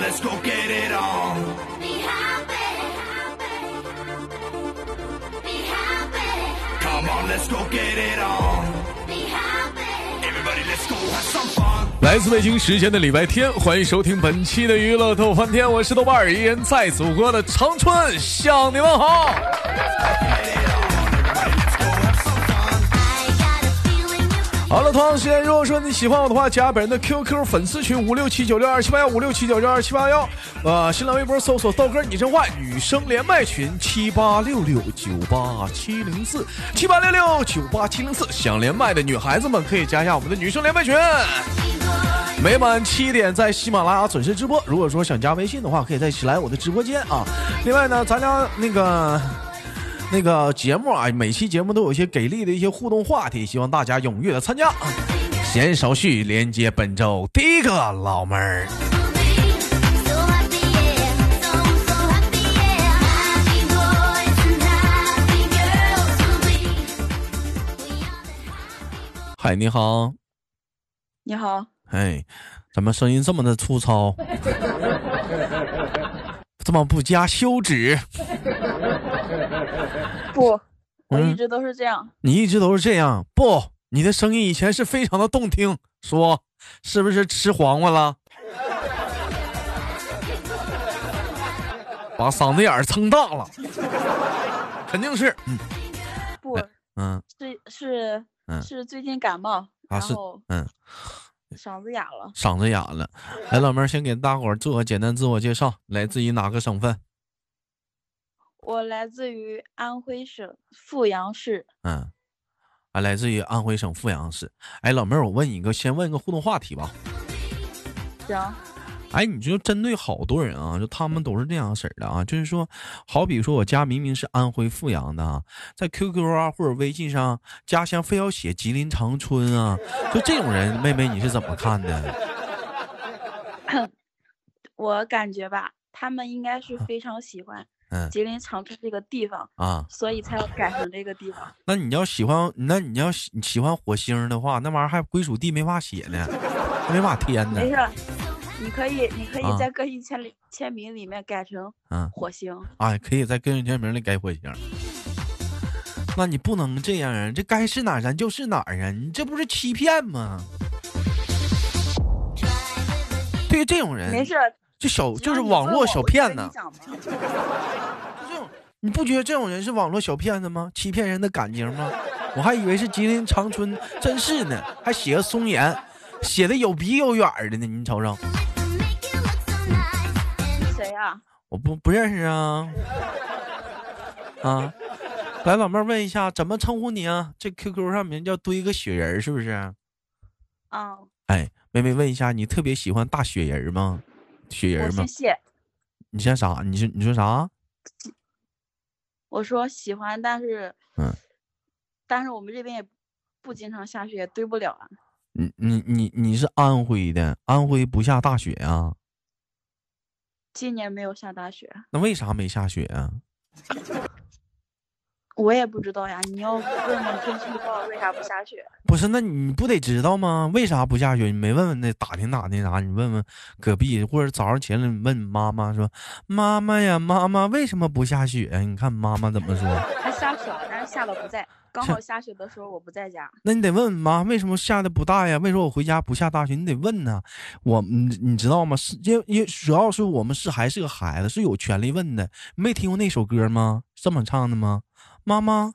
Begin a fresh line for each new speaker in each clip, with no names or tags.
let's go get it on.
Be happy. Be happy.
Come on, let's go get it on.
Be happy.
Everybody, let's go have some fun.
来自北京时间的礼拜天，欢迎收听本期的娱乐逗翻天，我是豆瓣儿，依然在祖国的长春向你们好。好了，同样时间，如果说你喜欢我的话，加本人的 QQ 粉丝群五六七九六二七八幺五六七九六二七八幺，呃，新浪微博搜索豆哥你真坏，女生连麦群七八六六九八七零四七八六六九八七零四，想连麦的女孩子们可以加一下我们的女生连麦群。每晚七点在喜马拉雅准时直播。如果说想加微信的话，可以在一起来我的直播间啊。另外呢，咱俩那个那个节目啊，每期节目都有一些给力的一些互动话题，希望大家踊跃的参加。闲言少叙，连接本周第一个老妹儿。嗨，哎你好，
你好，
哎，怎么声音这么的粗糙？这么不加羞耻？
不，我
嗯
一直都是这样。
你一直都是这样？不，你的声音以前是非常的动听，说是不是吃黄瓜了？把嗓子眼儿撑大了，肯定是，嗯
不
嗯
是是
嗯
是最近感冒，
啊
然
是
后
嗯，
嗓子哑了。
嗓子哑了。来，老妹儿先给大伙儿做个简单自我介绍，来自于哪个省份？
我来自于安徽省阜阳市，
嗯，啊，来自于安徽省阜阳市。哎，老妹儿，我问你一个，先问一个互动话题吧。
行，
哎，你就针对好多人啊，就他们都是这样式儿的啊，就是说，好比说我家明明是安徽阜阳的啊，在 QQ 啊或者微信上，家乡非要写吉林长春啊，就这种人，妹妹你是怎么看的？
我感觉吧，他们应该是非常喜欢
啊嗯
吉林长春这个地方，
啊，
所以才要改成这个地方。
那你要喜欢，那你要喜你喜欢火星的话，那玩意儿还归属地没法写呢，没法填呢
没。事儿，你可以你可
嗯啊
以在个性签里签名里面改成
嗯，
火星。
啊，可以在个人签名里改火星。那你不能这样啊，这该是哪儿咱就是哪儿啊，你这不是欺骗吗？对于这种人，
没事儿，
这小
只
嗯就
要
是
你
网
问
络
我
小
我就
骗
跟你
子，
讲嘛
这种你不觉得这种人是网络小骗子吗？欺骗人的感情吗？我还以为是吉林长春，真是呢，还写个松岩，写的有鼻有眼儿的呢，你瞅瞅，
谁啊？
我不不认识啊，啊，来老妹儿问一下，怎么称呼你啊？这 QQ 上名叫堆个雪人儿是不是？
啊，
哎，妹妹问一下，你特别喜欢大雪人儿吗？雪人
我
儿吗
姓？谢。
你像啥？你是你说啥？
我说喜欢，但是，
嗯
但是我们这边也不经常下雪，堆不了啊。
你你你你是安徽的，安徽不下大雪啊？
今年没有下大雪，
那为啥没下雪啊？
我也不知道呀。你要问问天气预报为啥不下雪？
不是，那你不得知道吗？为啥不下雪？你没问问那打听打听啥？你问问隔壁，或者早上起来你问妈妈说：“妈妈呀，妈妈，为什么不下雪？”你看妈妈怎么说？
它下小，但是下的不在。刚好下雪的时候我不在家，
那你得问问妈，为什么下的不大呀？为什么我回家不下大雪？你得问呐、我，你你知道吗？是因为因为主要是我们是还是个孩子，是有权利问的。没听过那首歌吗？这么唱的吗？妈妈，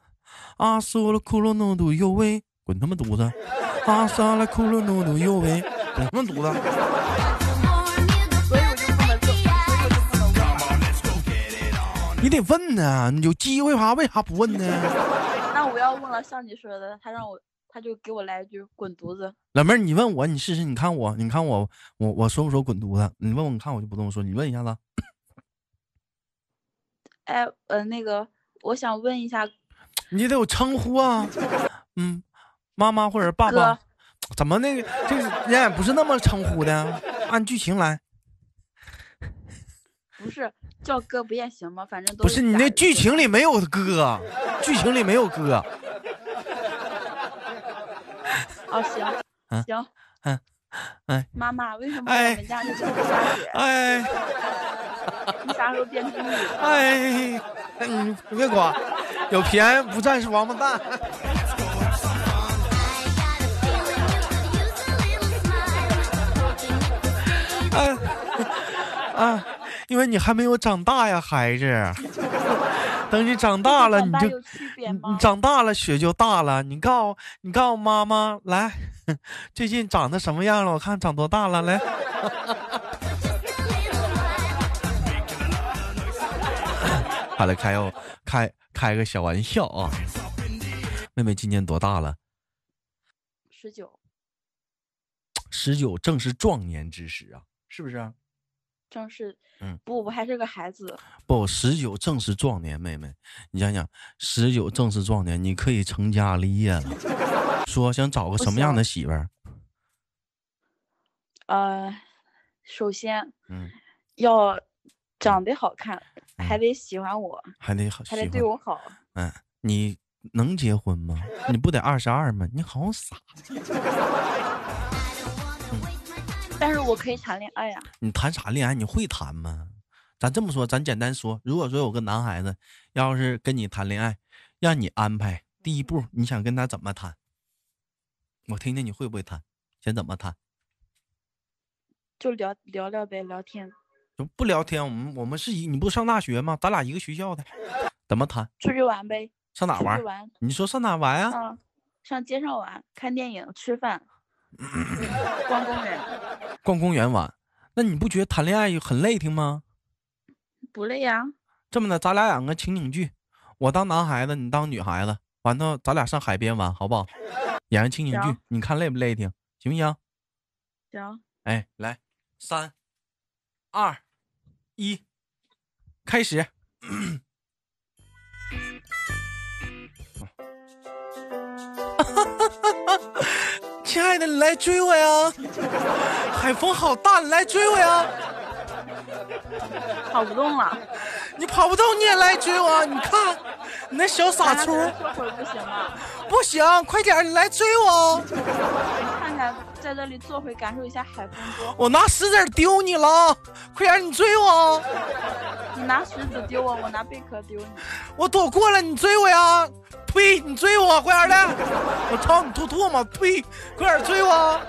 阿苏了库洛诺杜哟喂，滚他妈犊子！啊阿萨拉库洛诺杜哟喂，滚他妈犊子！
所以我就不能做，所以我就不能问
Come on, let's go get it on.
你得问呢，你有机会啥为啥不问呢？
了。那我要问了，像你说的，他让我，他就给我来一句“滚犊子
老妹儿，你问我，你试试，你看我，你看我，我我说不说滚犊子？你问我，你看我就不这么说，你问一下子，”。
哎，呃，那个，我想问一下
你得有称呼 啊，嗯，妈妈或者爸爸
哥，
怎么那个这个人家也不是那么称呼的，按剧情来，
不是叫哥不也行吗？反正都
不是你
假
那
人
剧情里没有哥，剧情里没有哥，
啊，行
嗯，
行，
哎
妈妈，为什么
哎
我们家就只有个大姐？
哎
你啥时候变经理了？
哎，你别管，有便宜不占是王八蛋。啊啊，因为你还没有长大呀，孩子。等你长 大了，
跟
你
长大
就
有区别
你
吗
你？长大了雪就大了。你告诉你告诉妈妈来， 最近长得什么样了？我看长多大了来。 好了，开哦，开开个小玩笑啊。妹妹今年多大了？
十九，
十九，正是壮年之时啊，是不是啊、
正是，
嗯
不，我还是个孩子。
不，十九正是壮年，妹妹，你想想，十九正是壮年，你可以成家立业了。说想找个什么样的媳妇儿？
呃，首先
嗯，
要长得好看，还
嗯
得喜欢我，
还得好喜
还得
欢
对。我好。
嗯，你能结婚吗？你不得二十二吗？你好傻，
但是我可以谈恋爱呀、
你谈啥恋爱？你会谈吗？咱这么说，咱简单说，如果说有个男孩子要是跟你谈恋爱，让你安排第一步，你想跟他怎么谈？我听听你会不会谈，先怎么谈？
就聊聊聊呗，聊天
就不聊天，我们我们是一，你不上大学吗？咱俩一个学校的，怎么谈？
出去玩呗，
上哪
出
玩
去？玩
你说上哪玩啊？
啊，上街上玩，看电影，吃饭，逛公园，
逛公园玩？那你不觉得谈恋爱很累挺吗？
不累呀、
这么的，咱俩两个情景剧，我当男孩子，你当女孩子，完了咱俩上海边玩，好不好？演个情景剧
行，
你看累不累挺？行不行？
行，
哎，来，三、二、一，开始。 亲爱的，你来追我呀！海风好大，你来追我呀！
跑不动了，
你跑不动，你也来追我！啊你看，你那小傻
咱俩
粗，
再说会儿不行吗？
不行，快点儿，你来追我！
看看，在这里坐会，感受一下海风多。
我拿石子儿丢你了，快点儿，你追我！
你拿石子丢我，我拿贝壳丢你。
我躲过了，你追我呀！呸！你追我，快点的！我操你吐唾沫！呸！快点追我！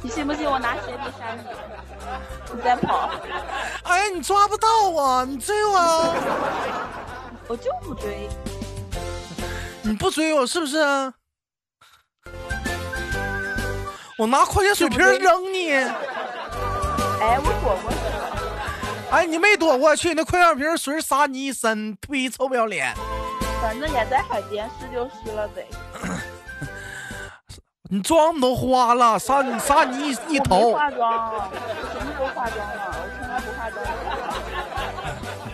你信不信我拿鞋底扇你？你再跑，
哎呀，你抓不到我，你追我！
我就不追。
你不追我是不是啊？我拿矿泉水瓶扔你！
哎，我躲过你了。
哎，你没躲过去，那矿泉水瓶水洒你一身，呸！臭不要脸！
反正也在海边，湿就湿了呗。
你妆都花了，洒你洒你一一
我没
头。
化妆啊，我什么时候化妆了？我从来不化妆的。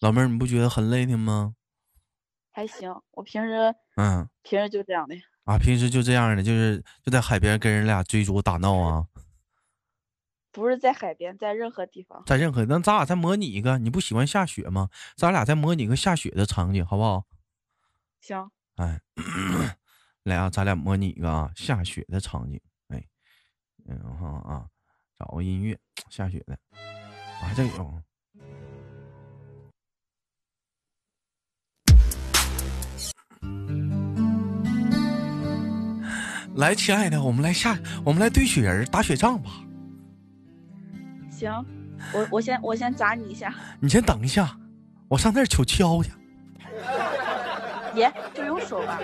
老妹儿，你不觉得很累挺吗？
还行，我平时
嗯。
平时就这样的。
啊，平时就这样的，就是就在海边跟人俩追逐打闹啊，
不是在海边，在任何地方。
在任何那咱俩再模拟一个，你不喜欢下雪吗？咱俩再模拟一个下雪的场景，好不好？
行，
哎， 来啊，咱俩模拟一个啊下雪的场景，哎，嗯我看看啊，找个音乐下雪的，啊这有，来，亲爱的，我们来下，我们来堆雪人儿，打雪仗吧。
行，我我先我先砸你一下，
你先等一下，我上那儿取锹去。
爷就用手吧。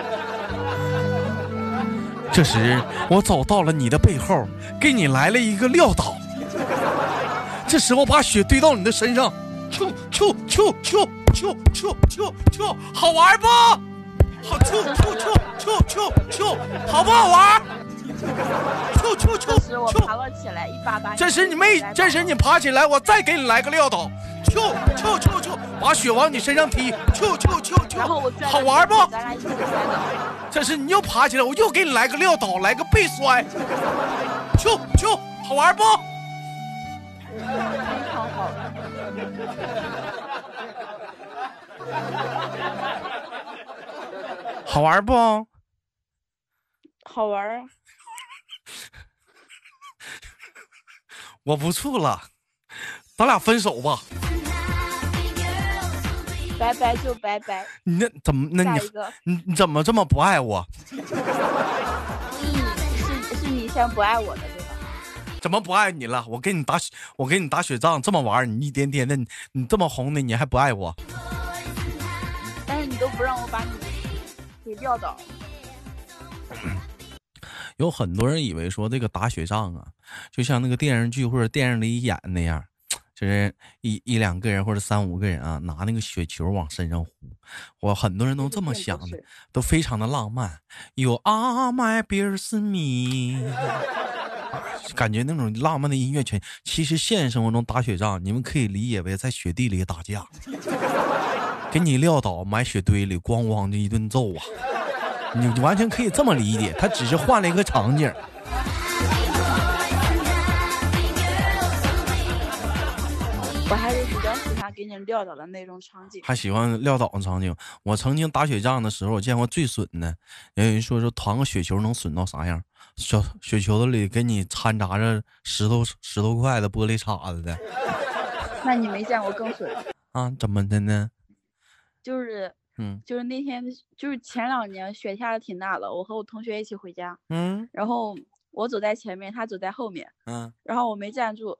这时，我走到了你的背后，给你来了一个撂倒。这时，我把雪堆到你的身上，啾啾啾啾啾啾啾啾，好玩不？好啾啾啾啾啾啾，好不好玩？啾啾
这
啾
时我
啾
爬。了起来，一把把。
这时你没，这时你爬起来，我再给你来个撂倒，啾啾啾啾，把雪往你身上踢，啾啾啾
然后我
啾，
拽。
好玩不？
咱俩一起摔倒。
这是你又爬起来，我又给你来个撂倒，来个背摔，就就好玩不？
非常好玩。
好玩不？
好玩儿啊，
我不处了，咱俩分手吧。
拜拜就拜拜，
你那怎么？那
下
你
一个
你你怎么这么不爱我？
是是你先不爱我的对吧？
怎么不爱你了？我给你打雪，我给你打雪仗，这么玩儿你一点点的，你你这么红的，你还不爱我？
但是你都不让我把你给撂倒，
有很多人以为说这个打雪仗啊，就像那个电视剧或者电影里演那样，就是一一两个人或者三五个人啊，拿那个雪球往身上呼。我很多人都这么想
并不
的
是，
都非常的浪漫。You are my b e a r s me，感觉那种浪漫的音乐全。其实现实生活中打雪仗，你们可以理解为在雪地里打架，给你撂倒，埋雪堆里，咣咣的一顿揍啊。你完全可以这么理解，他只是换了一个场景。
我还是比较喜欢给你撂倒的那种场景。
还喜欢撂倒的场景。我曾经打雪仗的时候，我见过最损的，有人说说团个雪球能损到啥样？小雪球子里给你掺杂着石头、石头块子、玻璃碴子的
那你没见过更损的，
啊？怎么的呢？
就是
嗯
就是那天就是前两年雪下的挺大的，我和我同学一起回家，
嗯
然后我走在前面，他走在后面，
嗯
然后我没站住，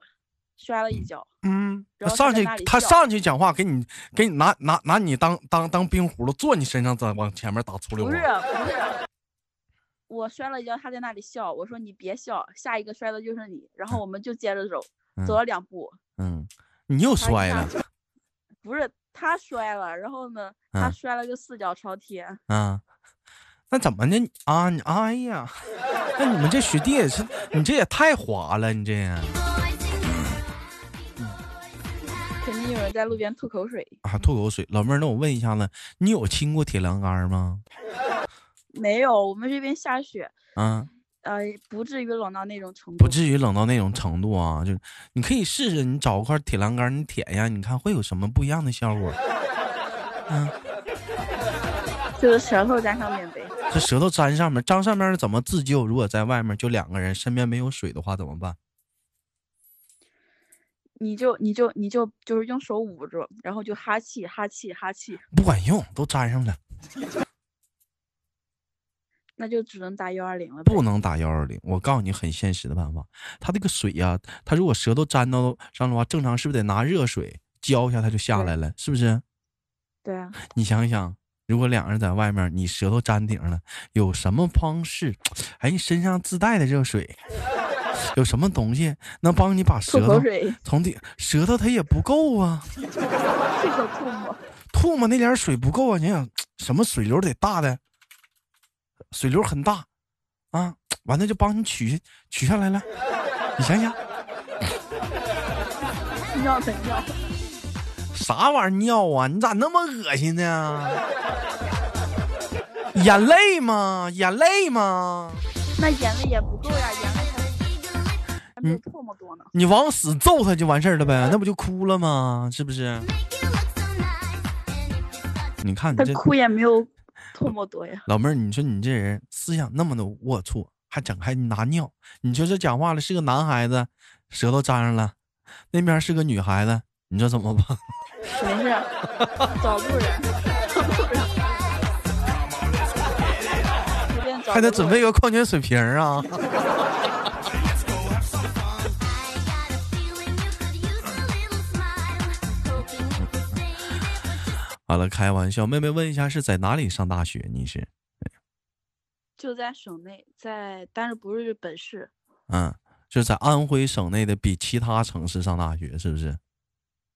摔了一跤。
嗯，他
然后
上
他在
去
那里，
他
笑
上去讲话，给你给你拿拿拿你当当当冰葫芦，坐你身上，再往前面打出溜
不
滑
是。不是，我摔了一跤，他在那里笑。我说你别笑，下一个摔的就是你。然后我们就接着走，
嗯
走了两步，
嗯，你又
他一
摔
下
了
子不是他摔了，然后呢，他
嗯
摔了个四脚朝天。
啊？那怎么的你啊？你哎呀，那你们这雪地也是，你这也太滑了，你这也。
肯定有人在路边吐口水，
啊，吐口水。老妹儿，那我问一下子，你有亲过铁栏杆儿吗？
没有，我们这边下雪，
啊，
呃，不至于冷到那种程度
不。至于冷到那种程度啊，就是你可以试试，你找块铁栏杆儿，你舔一下，你看会有什么不一样的效果。
就是舌头沾上面呗。
这舌头粘上面，粘上面怎么自救？如果在外面就两个人，身边没有水的话怎么办？
你就你就你就就是用手捂住，然后就哈气哈气哈气，
不管用，都粘上了，
那就只能打幺二零了呗。
不能打幺二零。我告诉你很现实的办法，它这个水呀、它如果舌头粘到上的话，正常是不是得拿热水浇一下它就下来了？是不是？
对啊，
你想想，如果两个人在外面，你舌头粘顶了，有什么方式？哎，你身上自带的热水，有什么东西能帮你把
吐
舌
口
头
水，
从顶？舌头它也不够啊，
吐口吐沫，
吐沫那点水不够啊！你想什么水流得大的？水流很大啊，完了就帮你取取下来了。你想想，
尿的尿。
啥玩意儿尿啊？你咋那么恶心呢？眼泪吗？眼泪吗？
那眼泪也不够呀，眼泪还还
嗯
没有唾沫多呢。
你往死揍他就完事儿了呗，那不就哭了吗？是不是？你看你
他
这
哭也没有唾沫多呀。
老妹儿，你说你这人思想那么的龌龊，还整还拿尿，你说这讲话了是个男孩子，舌头粘上了，那边是个女孩子，你说怎么办？
没事儿，啊找路人，找路人。啊 随便找
还得
个
准
路
备
人
个矿泉水瓶儿啊！完了，开玩笑，妹妹问一下是在哪里上大学？你是
就在省内，在但是不是本市，
嗯，就在安徽省内的比其他城市上大学，是不是？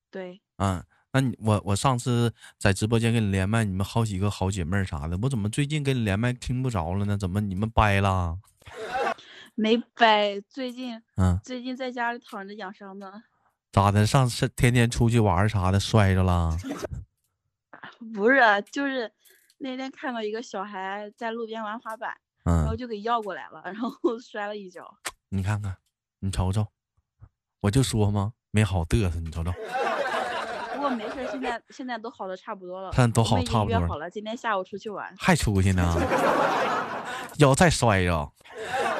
对，
啊，那你我我上次在直播间跟你连麦，你们好几个好姐妹儿啥的，我怎么最近跟你连麦听不着了呢？怎么你们掰了？啊
没掰。最近
嗯，
最近在家里躺着养伤呢，
咋的？上次天天出去玩儿啥的，摔着了？
不是，就是那天看到一个小孩在路边玩滑板，然后
嗯，
就给要过来了，然后 摔了一跤。
你看看，你瞅瞅，我就说嘛，没好嘚瑟，你瞅瞅，
不过说没事儿，现在现在都好的差不多了。
看都
我
好
们已经
差不
约
多了
好了，今天下午出去玩。
还出去呢， 腰再摔着。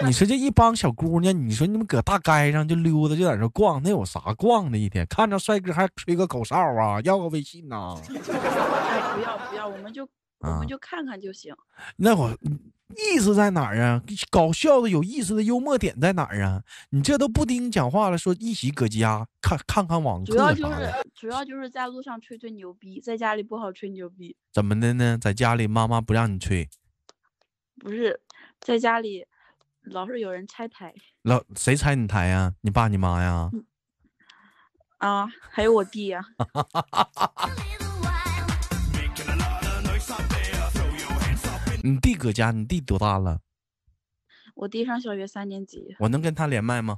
你说这一帮小姑娘，你说你们搁大街上就溜达，就在那逛，那有啥逛的？一天看着帅哥还吹个口哨啊，要个微信呐、
哎，不要不要，我们就我
啊
们就看看就行。
那会儿意思在哪儿啊？搞笑的、有意思的幽默点在哪儿啊？你这都不丁讲话了，说一起搁家看看看网
主
课
要
啥
就是
的，
主要就是在路上吹吹牛逼，在家里不好吹牛逼，
怎么的呢？在家里妈妈不让你吹，
不是在家里老是有人拆台
老谁拆你台呀、你爸你妈呀？
啊，还有我弟呀、
Making a lot of noise out there. Throw your hands up in
你弟搁家，你弟多大了？
我弟上小学三年级，
我能跟他连麦吗？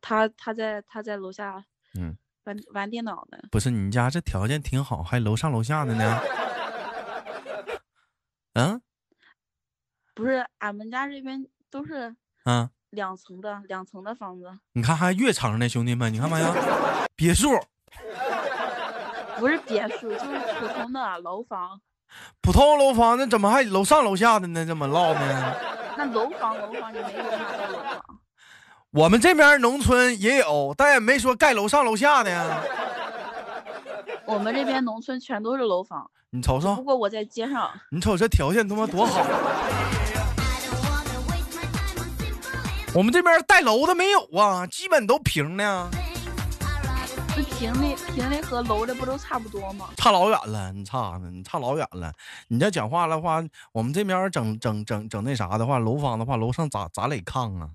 他他在他在楼下
嗯
玩玩电脑呢，
不是你家这条件挺好，还楼上楼下的呢？嗯
不是俺们家这边都是
啊，
两层的两层的房子，
你看还越城呢，兄弟们，你看没有？别墅
不是别墅就是普通的楼房，
普通楼房，那怎么还楼上楼下的呢？这么唠呢？
那楼房楼房你没有哪个楼房，
我们这边农村也有，但也没说盖楼上楼下的呀。
我们这边农村全都是楼房，
你瞅
不
瞅，
过我在街上。
你瞅这条件他妈多好！我们这边带楼的没有啊，基本都平的，
那平的平的和楼的不都差不多吗？
差老远了。你差呢？你差老远了。你这讲话的话，我们这边整整整整那啥的话，楼房的话，楼上咋咋垒炕啊？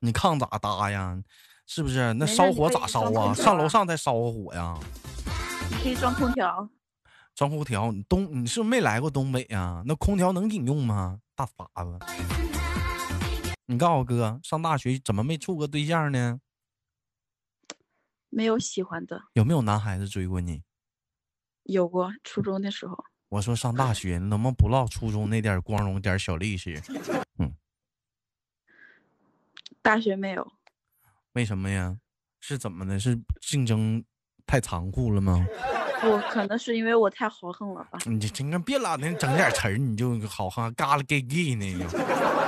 你炕咋搭呀？是不是？那
没事
烧
你
火
可以
咋烧
装空
啊？
调
上
啊
楼上再烧个火呀？
你可以装空调，
装空调，你东你是不是没来过东北啊？那空调能给你用吗？大傻子！你告诉我哥，上大学怎么没处个对象呢？
没有喜欢的，
有没有男孩子追过你？
有过初中的时候，
我说上大学，你能不能不唠初中那点儿光荣点儿小历史？
大学没有，
为什么呀？是怎么的？是竞争太残酷了吗？
不可能是因为我太豪横了吧？
你这真个别老那整点词儿，你就好哈嘎啦 gay gay 那个。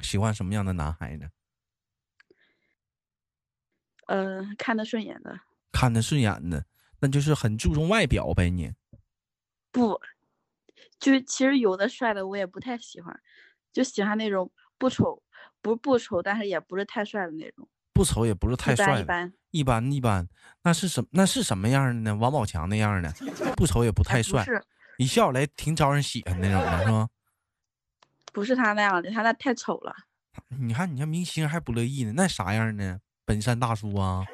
喜欢什么样的男孩呢？
嗯、看得顺眼的，
看得顺眼的，那就是很注重外表呗你。
不，就其实有的帅的我也不太喜欢，就喜欢那种不丑，不是不丑，但是也不是太帅的那种，
不丑也不是太
一般
帅
一
的，
般，
一般一般。那是什那是什么样的呢？王宝强那样的，不丑也不
哎
太帅
不，是
一笑来挺招人喜欢那种的，是吧？
不是他那样的，他那太丑了，
你看，你看明星还不乐意呢，那啥样呢？本山大叔啊，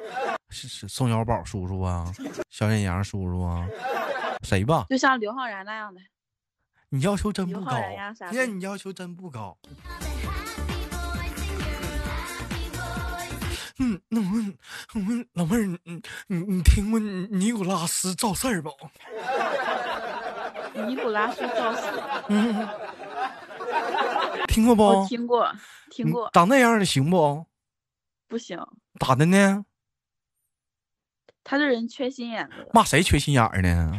是是宋小宝叔叔啊，小沈阳叔叔啊，谁吧？
就像刘昊然那样的，
你要求真不
刘
高
昊然呀啥，的
那你要求真不高。嗯，那我我老妹儿，你你你听过尼尼古拉斯赵四儿不？
尼古拉斯赵四，
嗯，听过
我
不？
听过，听
哦嗯
过，
长那样的行不？
不行，
咋的呢？
他这人缺心眼子。
骂谁缺心眼儿 呢？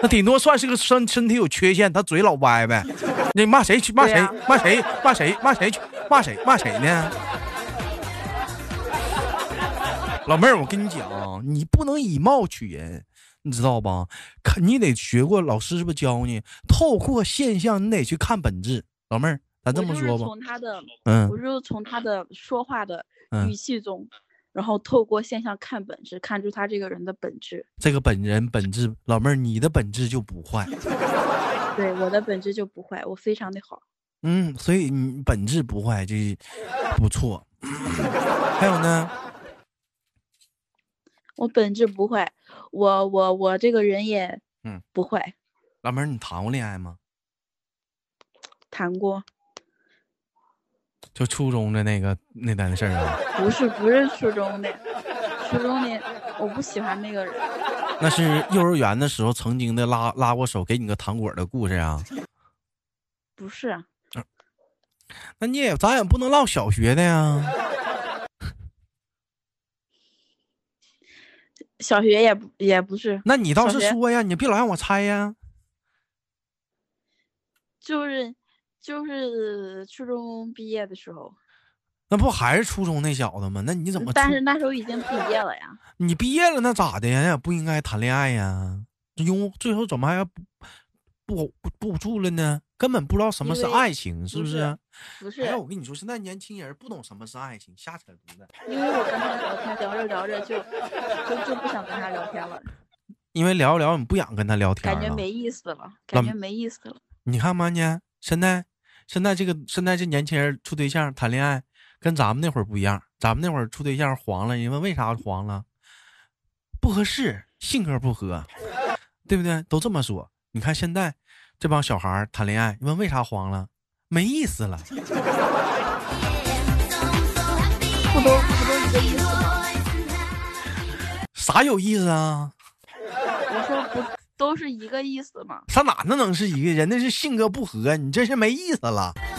那顶多算是个身身体有缺陷，他嘴老歪呗。那骂谁去骂
对
谁
呀
骂谁骂谁骂谁去骂谁骂谁呢？ 老妹儿，我跟你讲啊，你不能以貌取人，你知道吧？看你得学过老师是不是教你，透过现象你得去看本质。老妹儿，咱啊这
我
么
就是
说吧，
从他的，
嗯
我就是从他的说话的
嗯
语，气中，然后透过现象看本质，看出他这个人的本质。
这个本人本质，老妹儿你的本质就不坏。
对，我的本质就不坏，我非常的好。
嗯，所以你本质不坏，这不错。 还有呢，
我本质不坏，我我我这个人也
嗯
不坏。
老妹儿，你谈过恋爱吗？
谈过，
就初中的那个那单事儿啊？
不是不是初中的，初中的我不喜欢那个人，
那是幼儿园的时候曾经的拉拉过手给你个糖果的故事啊？
不是啊
那你也咱也不能唠小学的呀。
小学也不也不是，
那你倒是
小学
说呀，你别老让我猜呀。
就是就是初中毕业的时候，
那不还是初中那小子吗？那你怎么初？
但是那时候已经毕业了呀。
你毕业了那咋的呀？那也不应该谈恋爱呀？因最后怎么还要不不不不住了呢？根本不知道什么是
因为
爱情，是
不
不
是
是？
不是
哎，我跟你说，现在年轻人不懂什么是爱情，瞎扯犊子。
因为我跟他聊天聊着聊着就就就不想跟他聊天了，
因为聊一聊，你不想跟他聊天
感觉
了。
没意思了，感觉没意思了。
你看吧，你现在现在这个现在这年轻人处对象谈恋爱，跟咱们那会儿不一样。咱们那会儿处对象黄了，你问为啥黄了？不合适，性格不合，对不对？都这么说。你看现在这帮小孩儿谈恋爱，你问为啥黄了？没意思了。
不都不都一个意思吗？
啥有意思啊？
我说不都是一个意思吗？
上哪那能是一个人？那是性格不合，你这是没意思了。嗯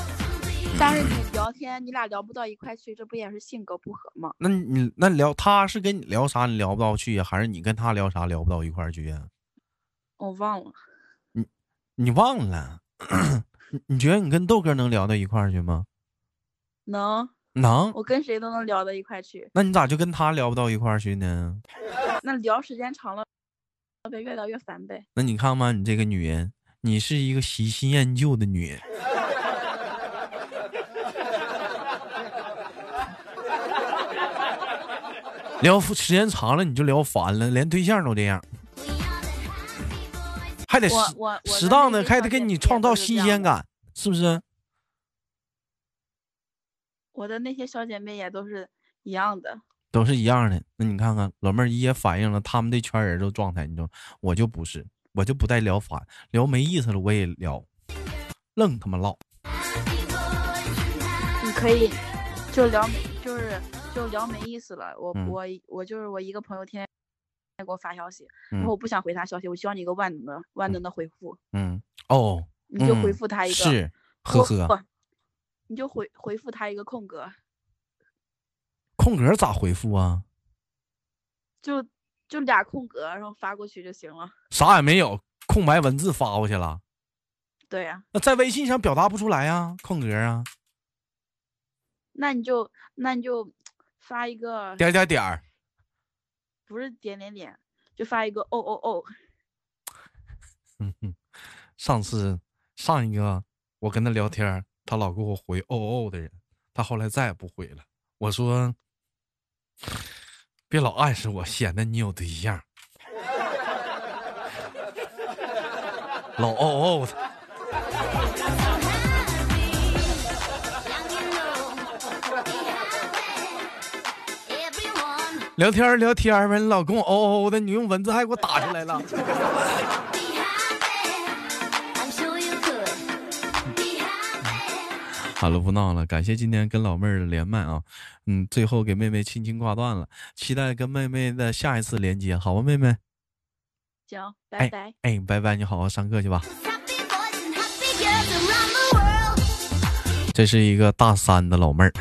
但是你聊天，你俩聊不到一块去，这不也是性格不合吗？
那你那聊他是跟你聊啥，你聊不到去呀？还是你跟他聊啥聊不到一块儿去呀？
我忘了，
你忘了？你你觉得你跟豆哥能聊到一块儿去吗？
能，
能？
我跟谁都能聊到一块去。
那你咋就跟他聊不到一块儿去呢？
那聊时间长了，别越聊越烦呗。
那你看吧，你这个女人，你是一个喜新厌旧的女人。聊时间长了你就聊烦了，连对象都这样，还得适
我我我
哎适
的
当
那
的
对
还
象
得给
也
你
也
创
都
造
是
新
这样
鲜
的
感，是不是？
我的那些小姐妹也都是一样的。
都是一样的。那你看看老妹儿也反映了他们这圈人的状态，你说我就不是，我就不带聊烦，聊没意思了我也聊，愣他妈唠。
你可以就聊，就是就聊没意思了。我、
嗯
我我就是我一个朋友天天给我发消息，
嗯
然后我不想回他消息，我需要你一个万能的万能的回复，
嗯，哦，
你就回
嗯
复他一个，
是，呵呵，
不，你就回回复他一个空格，
空格咋回复啊？
就就俩空格，然后发过去就行了。
啥也没有，空白文字发过去了。
对啊呀、
那在微信上表达不出来啊，空格啊，
那你就那你就发一个
点儿点儿点儿，
不是点点点，就发一个哦哦哦，
嗯哼， 上次上一个我跟他聊天儿，他老给我回哦哦的人，他后来再也不回了。我说，别老暗示我，显得你有对象儿。 老哦哦的，聊天儿聊天儿呗，你老跟我哦哦的，你用文字还给我打出来了。好了，不闹了，感谢今天跟老妹儿的连麦啊，嗯，最后给妹妹轻轻挂断了，期待跟妹妹的下一次连接，好吧，妹妹，
行，拜拜。
哎，拜拜，你好好上课去吧。这是一个大三的老妹儿。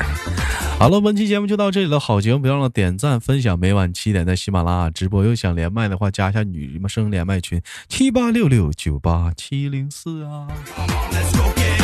好了，本期节目就到这里了。好节目，别忘了点赞分享。每晚七点在喜马拉雅直播。有想连麦的话，加一下女生连麦群七八六六九八七零四啊。
Let's go get